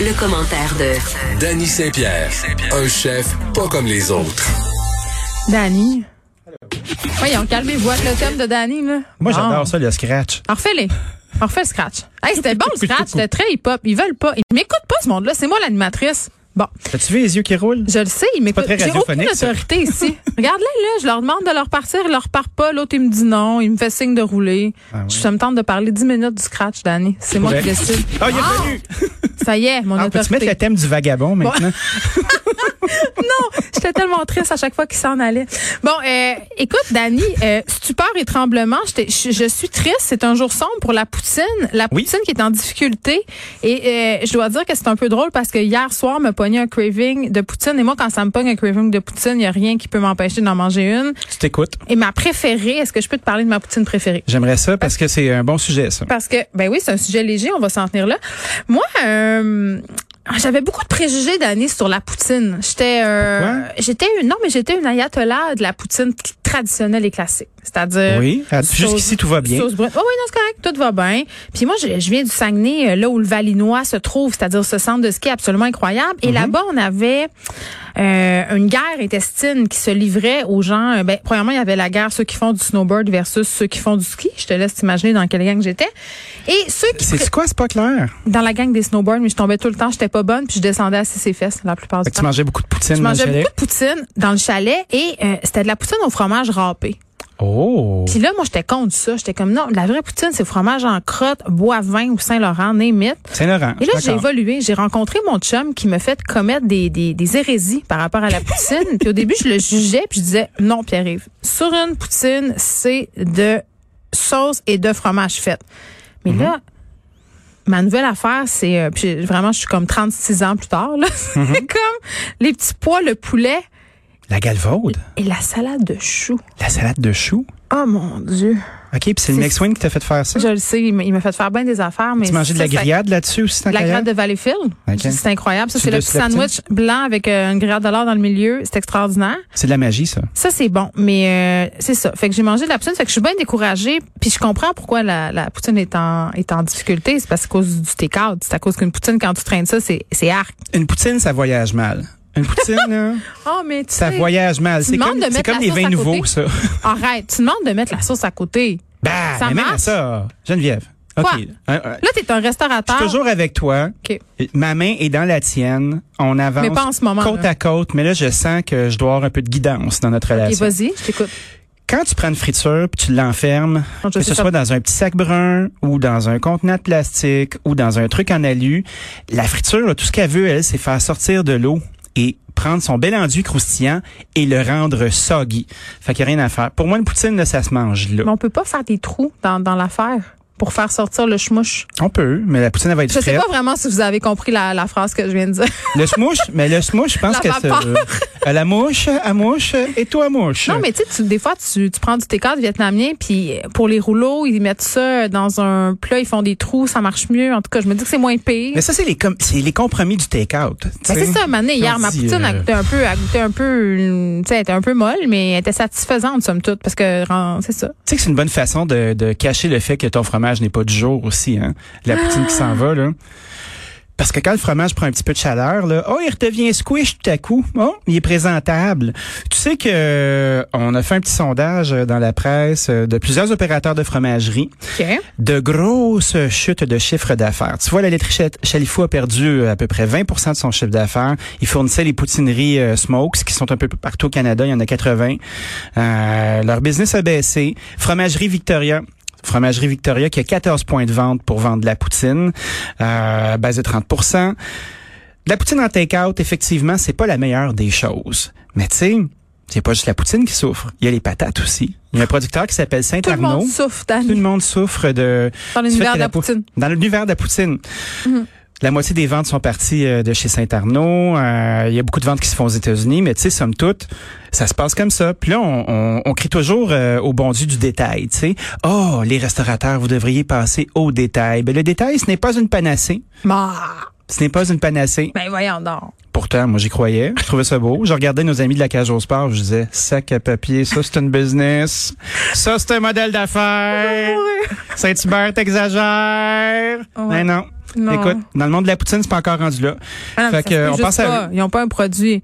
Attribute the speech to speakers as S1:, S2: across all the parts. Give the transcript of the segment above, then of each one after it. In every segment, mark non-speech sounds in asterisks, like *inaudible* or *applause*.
S1: le commentaire de
S2: Danny Saint-Pierre, un chef pas comme les autres.
S3: Danny. Voyons, calmez-vous avec le thème de Danny, là.
S4: Moi,
S3: Bon.
S4: j'adore ça, le scratch.
S3: Alors, fais-les. Alors, fais le scratch. Hey, c'était bon, le scratch. C'était très hip-hop. Ils veulent pas. Ils m'écoutent pas, ce monde-là. C'est moi l'animatrice. Bon,
S4: As-tu vu les yeux qui roulent?
S3: je le sais, ils m'écoutent.
S4: pas très
S3: J'ai aucune
S4: radiophonique, ça.
S3: autorité ici.
S4: *laughs*
S3: Regarde-les, là. Je leur demande de leur partir. Ils leur partent pas. L'autre, il me dit non. Il me fait signe de rouler.
S4: Ah oui.
S3: Je ça me tente de parler 10 minutes du scratch, Danny. C'est moi
S4: Ouais.
S3: qui décide.
S4: Ah, il est revenu!
S3: Ça y est, mon
S4: Ah, peux-tu mettre
S3: autorité.
S4: le thème du vagabond maintenant?
S3: non, j'étais tellement triste à chaque fois qu'il s'en allait. Bon, euh, écoute, Dani, euh, stupeur et tremblement, j'étais- je, je suis triste. C'est un jour sombre pour la poutine. La
S4: Oui.
S3: poutine qui est en difficulté. Et euh, je dois dire que c'est un peu drôle parce que hier soir, me pognait un craving de poutine. Et moi, quand ça me pogne un craving de poutine, il n'y a rien qui peut m'empêcher d'en manger une.
S4: *laughs* Tu t'écoutes.
S3: Et ma préférée, est-ce que je peux te parler de ma poutine préférée?
S4: J'aimerais ça parce que c'est un bon sujet, ça.
S3: Parce que, ben oui, c'est un sujet léger, on va s'en tenir là. Moi, euh, j'avais beaucoup de préjugés d'années sur la poutine. J'étais, euh,
S4: Pourquoi?
S3: j'étais une, non, mais j'étais une ayatollah de la poutine cl- traditionnelle et classique. C'est-à-dire.
S4: Oui. Ah, Jusqu'ici, tout va bien.
S3: Sauce brune. Oh oui, non, c'est correct. Tout va bien. Puis moi, je, je viens du Saguenay, euh, là où le Valinois se trouve, c'est-à-dire ce centre de ski absolument incroyable.
S4: Mm-hmm.
S3: Et là-bas, on avait euh, une guerre intestine qui se livrait aux gens. Euh, Ben, premièrement, il y avait la guerre ceux qui font du snowboard versus ceux qui font du ski. Je te laisse t'imaginer dans quelle gang j'étais. Et ceux qui...
S4: C'est quoi, c'est pas clair?
S3: Dans la gang des snowboards, mais je tombais tout le temps, j'étais pas bonne, puis je descendais assez ses fesses la plupart
S4: Fait
S3: du
S4: que Ah, tu
S3: temps.
S4: mangeais beaucoup de poutine,
S3: Je
S4: dans le
S3: mangeais
S4: chalet.
S3: beaucoup de poutine dans le chalet et euh, c'était de la poutine au fromage râpé.
S4: Oh!
S3: Puis là, moi, j'étais contre ça. J'étais comme, non, la vraie poutine, c'est fromage en crotte, bois vin ou Saint-Laurent, name it.
S4: Saint-Laurent.
S3: Et là, j'ai
S4: Ah, d'accord.
S3: évolué. J'ai rencontré mon chum qui me fait commettre des, des, des hérésies par rapport à la poutine. puis au début, je le jugeais, puis je disais, non, Pierre-Yves, sur une poutine, c'est de sauce et de fromage fait. Mais là, ma nouvelle affaire, c'est... euh, puis vraiment, je suis comme 36 ans plus tard. là. *laughs* C'est comme les petits pois, le poulet
S4: La galvaude.
S3: et la salade de choux.
S4: La salade de choux.
S3: Oh mon Dieu.
S4: OK, puis c'est le
S3: C'est-
S4: next one qui t'a fait faire ça?
S3: Je le sais, il m'a il m'a fait faire bien des affaires. Mais
S4: Tu mangeais de
S3: ça,
S4: la
S3: ça-
S4: grillade là-dessus aussi,
S3: La grillade
S4: t'as
S3: de Valleyfield.
S4: Ok.
S3: C'est incroyable. Ça,
S4: Tu
S3: c'est le
S4: le
S3: petit
S4: sous-leptines?
S3: sandwich blanc avec euh, une grillade de l'or dans le milieu. C'est extraordinaire.
S4: C'est de la magie, ça.
S3: Ça, c'est bon. Mais euh, c'est ça. Fait que j'ai mangé de la poutine. Fait que je suis bien découragée. Puis je comprends pourquoi la, la poutine est en, est en difficulté. C'est parce que c'est à cause du take-out. C'est à cause qu'une poutine, quand tu traînes ça, c'est c'est arc.
S4: Une poutine, ça voyage mal. Une poutine, *laughs* là,
S3: Oh, mais tu
S4: ça
S3: sais,
S4: voyage mal.
S3: tu
S4: C'est
S3: demandes
S4: comme,
S3: de
S4: c'est
S3: mettre
S4: comme
S3: la
S4: les
S3: sauce
S4: vins
S3: à côté.
S4: nouveaux, ça.
S3: arrête. Tu demandes de mettre la sauce à côté.
S4: Bah,
S3: Ça
S4: mais même à
S3: marche?
S4: ça. Geneviève.
S3: Quoi?
S4: OK. Euh, euh,
S3: Là, t'es un
S4: Je
S3: restaurateur.
S4: suis toujours Euh, avec toi.
S3: OK.
S4: Ma main est dans la tienne. On avance
S3: Mais pas en ce moment,
S4: côte
S3: là.
S4: à côte. Mais là, je sens que je dois avoir un peu de guidance dans notre
S3: Et
S4: relation.
S3: vas-y, je t'écoute.
S4: Quand tu prends une friture puis tu l'enfermes,
S3: Non, je
S4: que
S3: sais
S4: ce
S3: ça.
S4: soit dans un petit sac brun ou dans un contenant de plastique ou dans un truc en alu, la friture, là, tout ce qu'elle veut, elle, c'est faire sortir de l'eau et prendre son bel enduit croustillant et le rendre soggy. Fait qu'il n'y a rien à faire. Pour moi, une poutine, là, ça se mange là.
S3: Mais on peut pas faire des trous dans, dans l'affaire pour faire sortir le schmouche.
S4: On peut, mais la poutine, elle va être
S3: Je sais
S4: frette.
S3: pas vraiment si vous avez compris la, la phrase que je viens de dire.
S4: Le smouche, mais le smouche, je pense
S3: La
S4: que c'est...
S3: vapeur.
S4: euh, la mouche, à mouche, et toi, mouche.
S3: Non, mais tu sais, tu- des fois, tu, tu prends du t vietnamien, puis pour les rouleaux, ils mettent ça dans un plat, ils font des trous, ça marche mieux. En tout cas, je me dis que c'est moins pire.
S4: Mais ça, c'est les, com- c'est les compromis du take-out. tu
S3: Ben,
S4: sais.
S3: c'est ça, Mané. Hier,
S4: on
S3: ma
S4: dit,
S3: poutine a
S4: euh,
S3: goûté un peu, a goûté un peu, une- tu sais, elle était un peu molle, mais elle était satisfaisante, somme toute, parce que ren- c'est ça.
S4: Tu sais que c'est une bonne façon de, de cacher le fait que ton fromage n'est pas du jour aussi, hein? La poutine qui
S3: Ah!
S4: s'en va, là. Parce que quand le fromage prend un petit peu de chaleur, là, oh, il redevient squish tout à coup. Oh, il est présentable. Tu sais que euh, on a fait un petit sondage euh, dans la presse euh, de plusieurs opérateurs de fromagerie
S3: OK.
S4: de grosses chutes de chiffre d'affaires. Tu vois, la laiterie Chalifou a perdu euh, à peu près 20 de son chiffre d'affaires. Il fournissait les poutineries euh, Smokes, qui sont un peu partout au Canada, il y en a 80. Euh, leur business a baissé. Fromagerie Victoria. Fromagerie Victoria qui a 14 points de vente pour vendre de la poutine, euh, base de 30 De la poutine en take-out, effectivement, c'est pas la meilleure des choses. Mais tu sais, c'est pas juste la poutine qui souffre. Il y a les patates aussi. Il y a un producteur qui s'appelle
S3: Tout le monde
S4: Saint-Arnaud.
S3: souffle
S4: Tout le
S3: Dan,
S4: monde souffre de
S3: dans
S4: du fait
S3: l'univers
S4: que
S3: de la
S4: pou-
S3: poutine.
S4: Dans l'univers de la poutine. La moitié des ventes sont parties euh, de chez Saint-Arnaud. Euh, Il y a beaucoup de ventes qui se font aux États-Unis, mais tu sais, somme toute, ça se passe comme ça. Puis là, on, on- on crie toujours euh, au bon Dieu du détail, tu sais. Oh, les restaurateurs, vous devriez passer au détail. Ben, le détail, ce n'est pas une panacée.
S3: Bah,
S4: Ce n'est pas une panacée.
S3: ben voyons donc.
S4: Pourtant, moi, j'y croyais. Je trouvais ça beau. Je regardais nos amis de la cage au sport. Je disais, sac à papier, ça, c'est une business. Ça, c'est un modèle d'affaires. Saint-Hubert, t'exagères.
S3: Ouais.
S4: Mais non.
S3: Non.
S4: Écoute, dans le monde de la poutine, c'est pas encore rendu là.
S3: Ah non, mais ça
S4: fait que,
S3: se peut
S4: on
S3: juste
S4: pense à-
S3: pas. Ils n'ont pas un produit.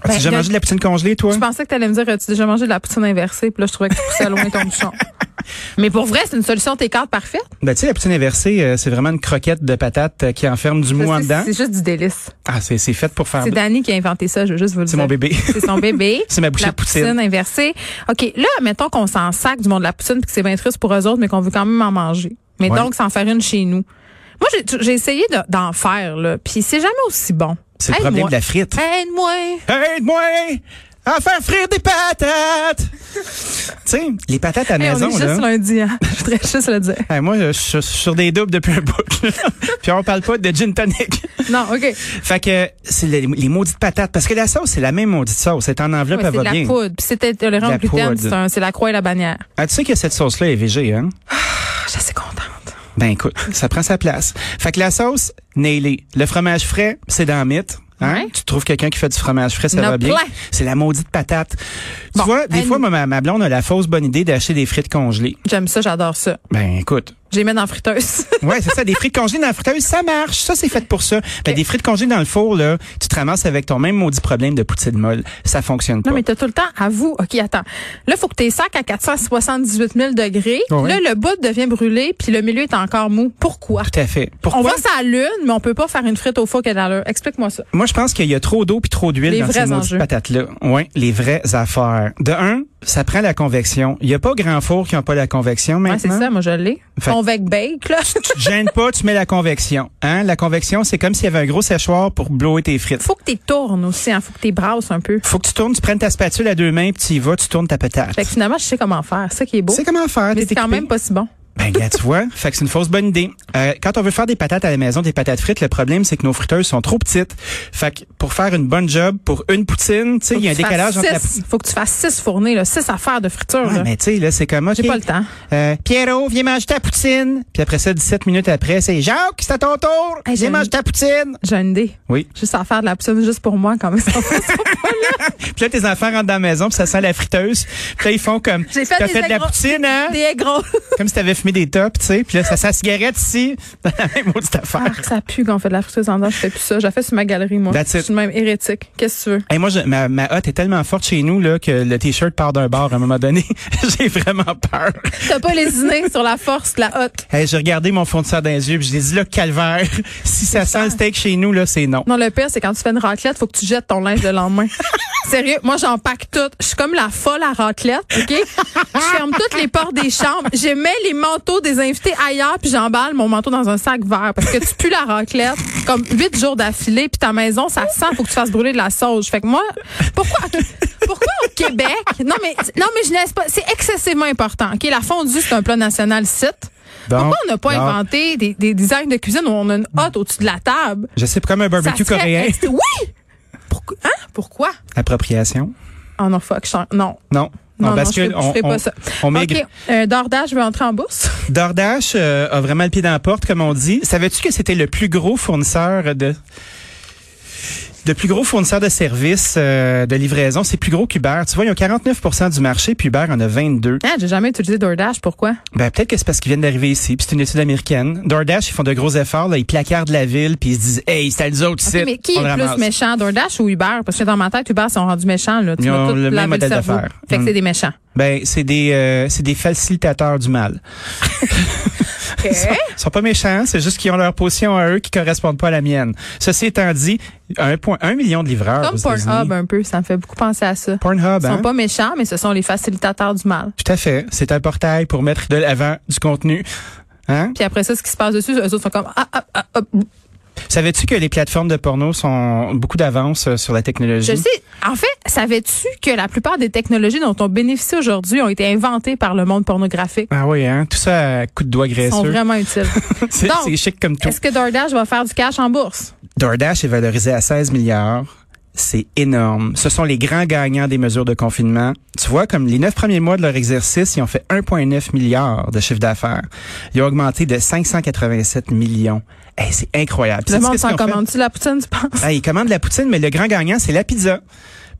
S4: As-tu
S3: Ben,
S4: déjà
S3: regarde-
S4: mangé de la poutine congelée, toi?
S3: Je pensais que tu allais me dire, as-tu déjà mangé de la poutine inversée? Puis là, je trouvais que tu poussais loin ton bouchon. *laughs* Mais pour vrai, c'est une solution t'écarte parfaite.
S4: Ben, tu sais, la poutine inversée, euh, c'est vraiment une croquette de patate euh, qui enferme du mou en
S3: Parce que
S4: dedans.
S3: C'est c'est juste du délice.
S4: Ah, c'est c'est fait pour faire...
S3: C'est Danny qui a inventé ça, je veux juste vous le dire.
S4: C'est mon bébé. *laughs*
S3: C'est son bébé.
S4: C'est ma bouchée
S3: la
S4: de poutine.
S3: inversée. OK, là, mettons qu'on s'en sac du monde de la poutine puis que c'est bien triste pour eux autres, mais qu'on veut quand même en manger. Mais
S4: Ouais.
S3: donc, s'en faire une chez nous. Moi, j'ai- j'ai essayé de- d'en faire, là, puis c'est jamais aussi bon.
S4: C'est le
S3: Aide-moi.
S4: problème de la frite.
S3: Aide-moi.
S4: Aide-moi à faire frire des patates! tu sais, les patates à la
S3: Hey, on
S4: maison,
S3: est juste
S4: là.
S3: lundi,
S4: *laughs*
S3: hein? Je voudrais juste le dire.
S4: Hey, moi, je suis sur- sur des doubles depuis un bout.
S3: *laughs*
S4: Puis on parle pas de gin tonic.
S3: Non, OK.
S4: fait que c'est les, les maudites patates. Parce que la sauce, c'est la même maudite sauce. C'est en enveloppe,
S3: Ouais, c'est
S4: elle
S3: de
S4: va
S3: la
S4: bien.
S3: poudre. Puis c'était tolérant
S4: De la
S3: au gluten,
S4: poudre.
S3: c'est un- c'est la croix et la bannière.
S4: Ah, tu sais que cette sauce-là est végé, hein?
S3: Ah, je suis assez contente.
S4: Ben écoute, ça prend sa place. Fait que la sauce, nailée. Le fromage frais, c'est dans le mythe. Hein?
S3: Ouais.
S4: Tu trouves quelqu'un qui fait du fromage frais, ça
S3: Il y en a
S4: va bien.
S3: plein.
S4: C'est la maudite patate.
S3: Bon,
S4: tu vois, des
S3: elle-
S4: fois, ma, ma blonde a la fausse bonne idée d'acheter des frites congelées.
S3: J'aime ça, j'adore ça.
S4: Ben écoute,
S3: J'ai mis dans la friteuse. *laughs*
S4: ouais, c'est ça, des frites congelées dans la friteuse, ça marche, ça c'est fait pour ça. Ben, des frites congelées dans le four là, tu te ramasses avec ton même maudit problème de poutine molle, ça fonctionne pas.
S3: Non, mais t'as tout le temps à vous. OK, attends. Là, faut que tes sacs à 478 000 degrés.
S4: Ouais.
S3: Là, le bout devient brûlé, puis le milieu est encore mou. Pourquoi?
S4: Tout à fait.
S3: On
S4: Pourquoi
S3: va ça à la lune, mais on peut pas faire une frite au four qu'elle a l'heure. Explique-moi ça.
S4: Moi, je pense qu'il y a trop d'eau puis trop d'huile
S3: Les
S4: dans
S3: vrais
S4: ces maudites
S3: enjeux.
S4: patates-là. Oui, les vraies affaires. De un, ça prend la convection. Il y a pas grand four qui n'a pas la convection
S3: Ouais, c'est
S4: maintenant.
S3: ça, moi, je l'ai.
S4: Fait-
S3: On avec bake, là. *laughs*
S4: tu te gênes pas, tu mets la convection. Hein? La convection, c'est comme s'il y avait un gros séchoir pour blower tes frites.
S3: faut que t'y tournes aussi, hein. Faut que t'y brasses un peu.
S4: Faut que tu tournes, tu prennes ta spatule à deux mains, puis tu y vas, tu tournes ta patate.
S3: Fait que finalement, je sais comment faire. C'est ça qui est beau.
S4: Tu sais comment faire.
S3: Mais
S4: t'es
S3: c'est quand
S4: équipé.
S3: même pas si bon.
S4: Ben, gars, tu vois, fait que c'est une fausse bonne idée. Euh, quand on veut faire des patates à la maison, des patates frites, le problème, c'est que nos friteuses sont trop petites. Fait que pour faire une bonne job, pour une poutine, tu sais, il y a un
S3: Faut que tu
S4: décalage
S3: fasses
S4: entre la
S3: six- Faut que tu fasses six fournées, là. Six affaires de friture,
S4: Ouais,
S3: là.
S4: mais tu sais, là, c'est comme,
S3: J'ai
S4: OK,
S3: pas le temps.
S4: euh, Pierrot, viens manger ta poutine. Puis après ça, 17 minutes après, c'est Jacques, c'est à ton tour.
S3: Hey,
S4: viens
S3: j'aime-
S4: manger ta poutine.
S3: J'ai une idée.
S4: Oui.
S3: Juste à faire de la poutine juste pour moi, quand même.
S4: Puis là, tes enfants rentrent dans la maison, puis ça sent la friteuse. Puis là, ils font comme,
S3: J'ai fait
S4: t'as
S3: des
S4: fait de la
S3: agro-
S4: poutine, hein?
S3: Des gros.
S4: Comme si t'avais fumé des tops, tu sais. Puis là, ça sent la cigarette ici. *laughs* Dans la même maudite affaire.
S3: Ah, ça pue quand on fait de la friteuse en dents. Je fais plus ça. Je la fais sur ma galerie, moi.
S4: That's it.
S3: Je suis même hérétique. Qu'est-ce que tu veux?
S4: Hey, moi, je- ma, ma hotte est tellement forte chez nous là, que le T-shirt part d'un bar à un moment donné. *laughs* J'ai vraiment peur.
S3: T'as pas lésiné sur la force de la hotte.
S4: Hey, J'ai regardé mon fond de serre dans les yeux puis j'ai dit, là, calvaire, *laughs* si ça sent le steak chez nous, là, c'est non.
S3: Non, le pire, c'est quand tu fais une raclette, faut que tu jettes ton linge le lendemain. Sérieux, moi, j'empaque tout. Je suis comme la folle à raclette, OK? Je ferme toutes les portes des chambres. Je mets les manteaux des invités ailleurs, puis j'emballe mon manteau dans un sac vert. Parce que tu pues la raclette comme huit jours d'affilée, puis ta maison, ça sent, faut que tu fasses brûler de la sauge. Fait que moi, pourquoi, pourquoi au Québec? Non, mais, non, mais je laisse pas. C'est excessivement important, OK? La fondue, c'est un plat national site.
S4: Donc,
S3: Pourquoi on n'a pas
S4: donc.
S3: inventé des, des designs de cuisine où on a une hotte au-dessus de la table?
S4: Je sais, comme un
S3: Ça
S4: barbecue
S3: serait
S4: coréen.
S3: ext- Oui! Pourquoi? Hein? Pourquoi?
S4: Appropriation.
S3: Oh non, fuck, je sens- Non.
S4: Non.
S3: Non,
S4: on
S3: non,
S4: bascule,
S3: je ferai- je ferai
S4: on,
S3: pas
S4: on-
S3: ça.
S4: on
S3: OK.
S4: maigre.
S3: Euh, DoorDash veut entrer en bourse.
S4: DoorDash euh, a vraiment le pied dans la porte, comme on dit. Savais-tu que c'était le plus gros fournisseur de... Le plus gros fournisseur de services euh, de livraison, c'est plus gros qu'Uber. Tu vois, ils ont 49 du marché, puis Uber en a 22.
S3: Ah, j'ai jamais utilisé DoorDash. Pourquoi?
S4: Ben, peut-être que c'est parce qu'ils viennent d'arriver ici, puis c'est une étude américaine. DoorDash, ils font de gros efforts, là, ils placardent la ville, puis ils se disent « Hey, c'est à nous
S3: OK,
S4: autres ici,
S3: mais qui
S4: on le
S3: est plus
S4: ramasse.
S3: méchant, DoorDash ou Uber? Parce que dans ma tête, Uber sont rendus méchants. Là. Tu
S4: Ils
S3: m'as
S4: ont
S3: tout
S4: le même
S3: lavé
S4: modèle
S3: cerveau.
S4: d'affaires.
S3: Fait que
S4: Mm.
S3: c'est des méchants.
S4: Ben, c'est des, euh, c'est des facilitateurs
S3: *laughs*
S4: du mal.
S3: OK.
S4: Ils sont pas méchants, c'est juste qu'ils ont leur position à eux qui correspondent pas à la mienne. Ceci étant dit, 1,1 million de livreurs. aux
S3: Comme
S4: États-Unis.
S3: Pornhub un peu, ça me fait beaucoup penser à ça.
S4: Pornhub,
S3: Ils sont
S4: hein?
S3: pas méchants, mais ce sont les facilitateurs du mal.
S4: Tout à fait. C'est un portail pour mettre de l'avant du contenu. Hein?
S3: Puis après ça, ce qui se passe dessus, eux autres sont comme ah, ah, ah, ah.
S4: Savais-tu que les plateformes de porno sont beaucoup d'avance euh, sur la technologie?
S3: Je sais. En fait, savais-tu que la plupart des technologies dont on bénéficie aujourd'hui ont été inventées par le monde pornographique?
S4: Ah oui, hein? Tout ça à coup de doigt
S3: Ils sont
S4: graisseux.
S3: vraiment utiles.
S4: C'est
S3: Donc,
S4: c'est chic comme tout.
S3: Est-ce que DoorDash va faire du cash en bourse?
S4: DoorDash est valorisé à 16 milliards. C'est énorme. Ce sont les grands gagnants des mesures de confinement. Tu vois, comme les neuf premiers mois de leur exercice, ils ont fait 1,9 milliard de chiffre d'affaires. Ils ont augmenté de 587 millions. Hey, c'est incroyable.
S3: Le
S4: Sais-tu
S3: monde
S4: qu'est-ce
S3: s'en
S4: qu'ils ont fait? Eh,
S3: commande-tu la poutine, tu penses?
S4: Ah, ils commandent la poutine, mais le grand gagnant, c'est la pizza.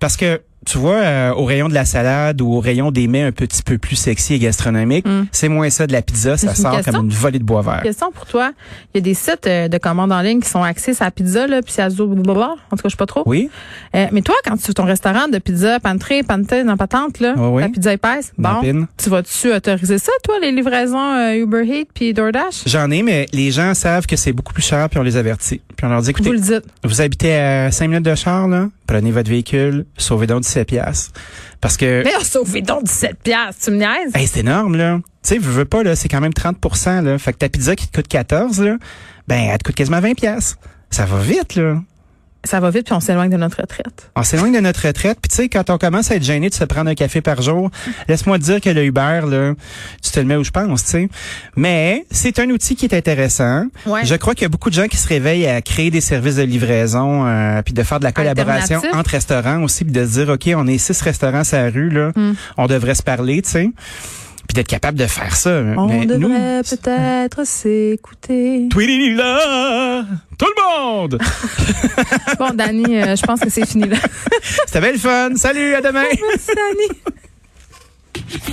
S4: Parce que tu vois, euh, au rayon de la salade ou au rayon des mets un petit peu plus sexy et gastronomiques, c'est moins ça de la pizza,
S3: Hmm.
S4: ça
S3: *laughs* Une
S4: sort
S3: question?
S4: comme une volée de bois vert.
S3: *laughs* Question pour toi. Il y a des sites euh, de commandes en ligne qui sont axés sur la pizza, là, puis ça En tout cas, je sais pas trop.
S4: Oui?
S3: Euh, mais toi, quand tu fais ton restaurant de pizza, pantré, pantin, dans patente, là,
S4: Ouais, ouais.
S3: ta pizza épaisse, bon,
S4: Napine.
S3: tu vas-tu autoriser ça, toi, les livraisons euh, Uber Eats puis DoorDash?
S4: J'en ai, mais les gens savent que c'est beaucoup plus cher, puis on les avertit. Puis on leur dit, écoutez,
S3: Vous le
S4: vous,
S3: dites.
S4: habitez à 5 minutes de char, là, prenez votre véhicule, sauvez donc 17 piastres. Parce que,
S3: Mais on sauvé donc 17 piastres, tu me niaises?
S4: hey, c'est énorme, là. Tu sais, veux, veux pas, là, c'est quand même 30 là. Fait que ta pizza qui te coûte 14, là, ben, elle te coûte quasiment 20 piastres. Ça va vite, là.
S3: Ça va vite puis on s'éloigne de notre retraite.
S4: On s'éloigne de notre retraite, puis tu sais, quand on commence à être gêné de se prendre un café par jour, laisse-moi te dire que le Uber, là, tu te le mets où je pense, tu sais. Mais c'est un outil qui est intéressant.
S3: Ouais.
S4: Je crois qu'il y a beaucoup de gens qui se réveillent à créer des services de livraison, euh, puis de faire de la collaboration
S3: Alternatif.
S4: entre restaurants aussi, puis de se dire, OK, on est six restaurants sur la rue, là,
S3: Hmm.
S4: on devrait se parler, tu sais, puis d'être capable de faire ça.
S3: On
S4: Mais nous,
S3: devrait peut-être
S4: *laughs*
S3: s'écouter.
S4: Tweety là, tout
S3: *laughs*
S4: le monde!
S3: Bon, Dani, euh, je pense que c'est fini là.
S4: C'était bien le fun. Salut, à demain!
S3: Merci, Dani.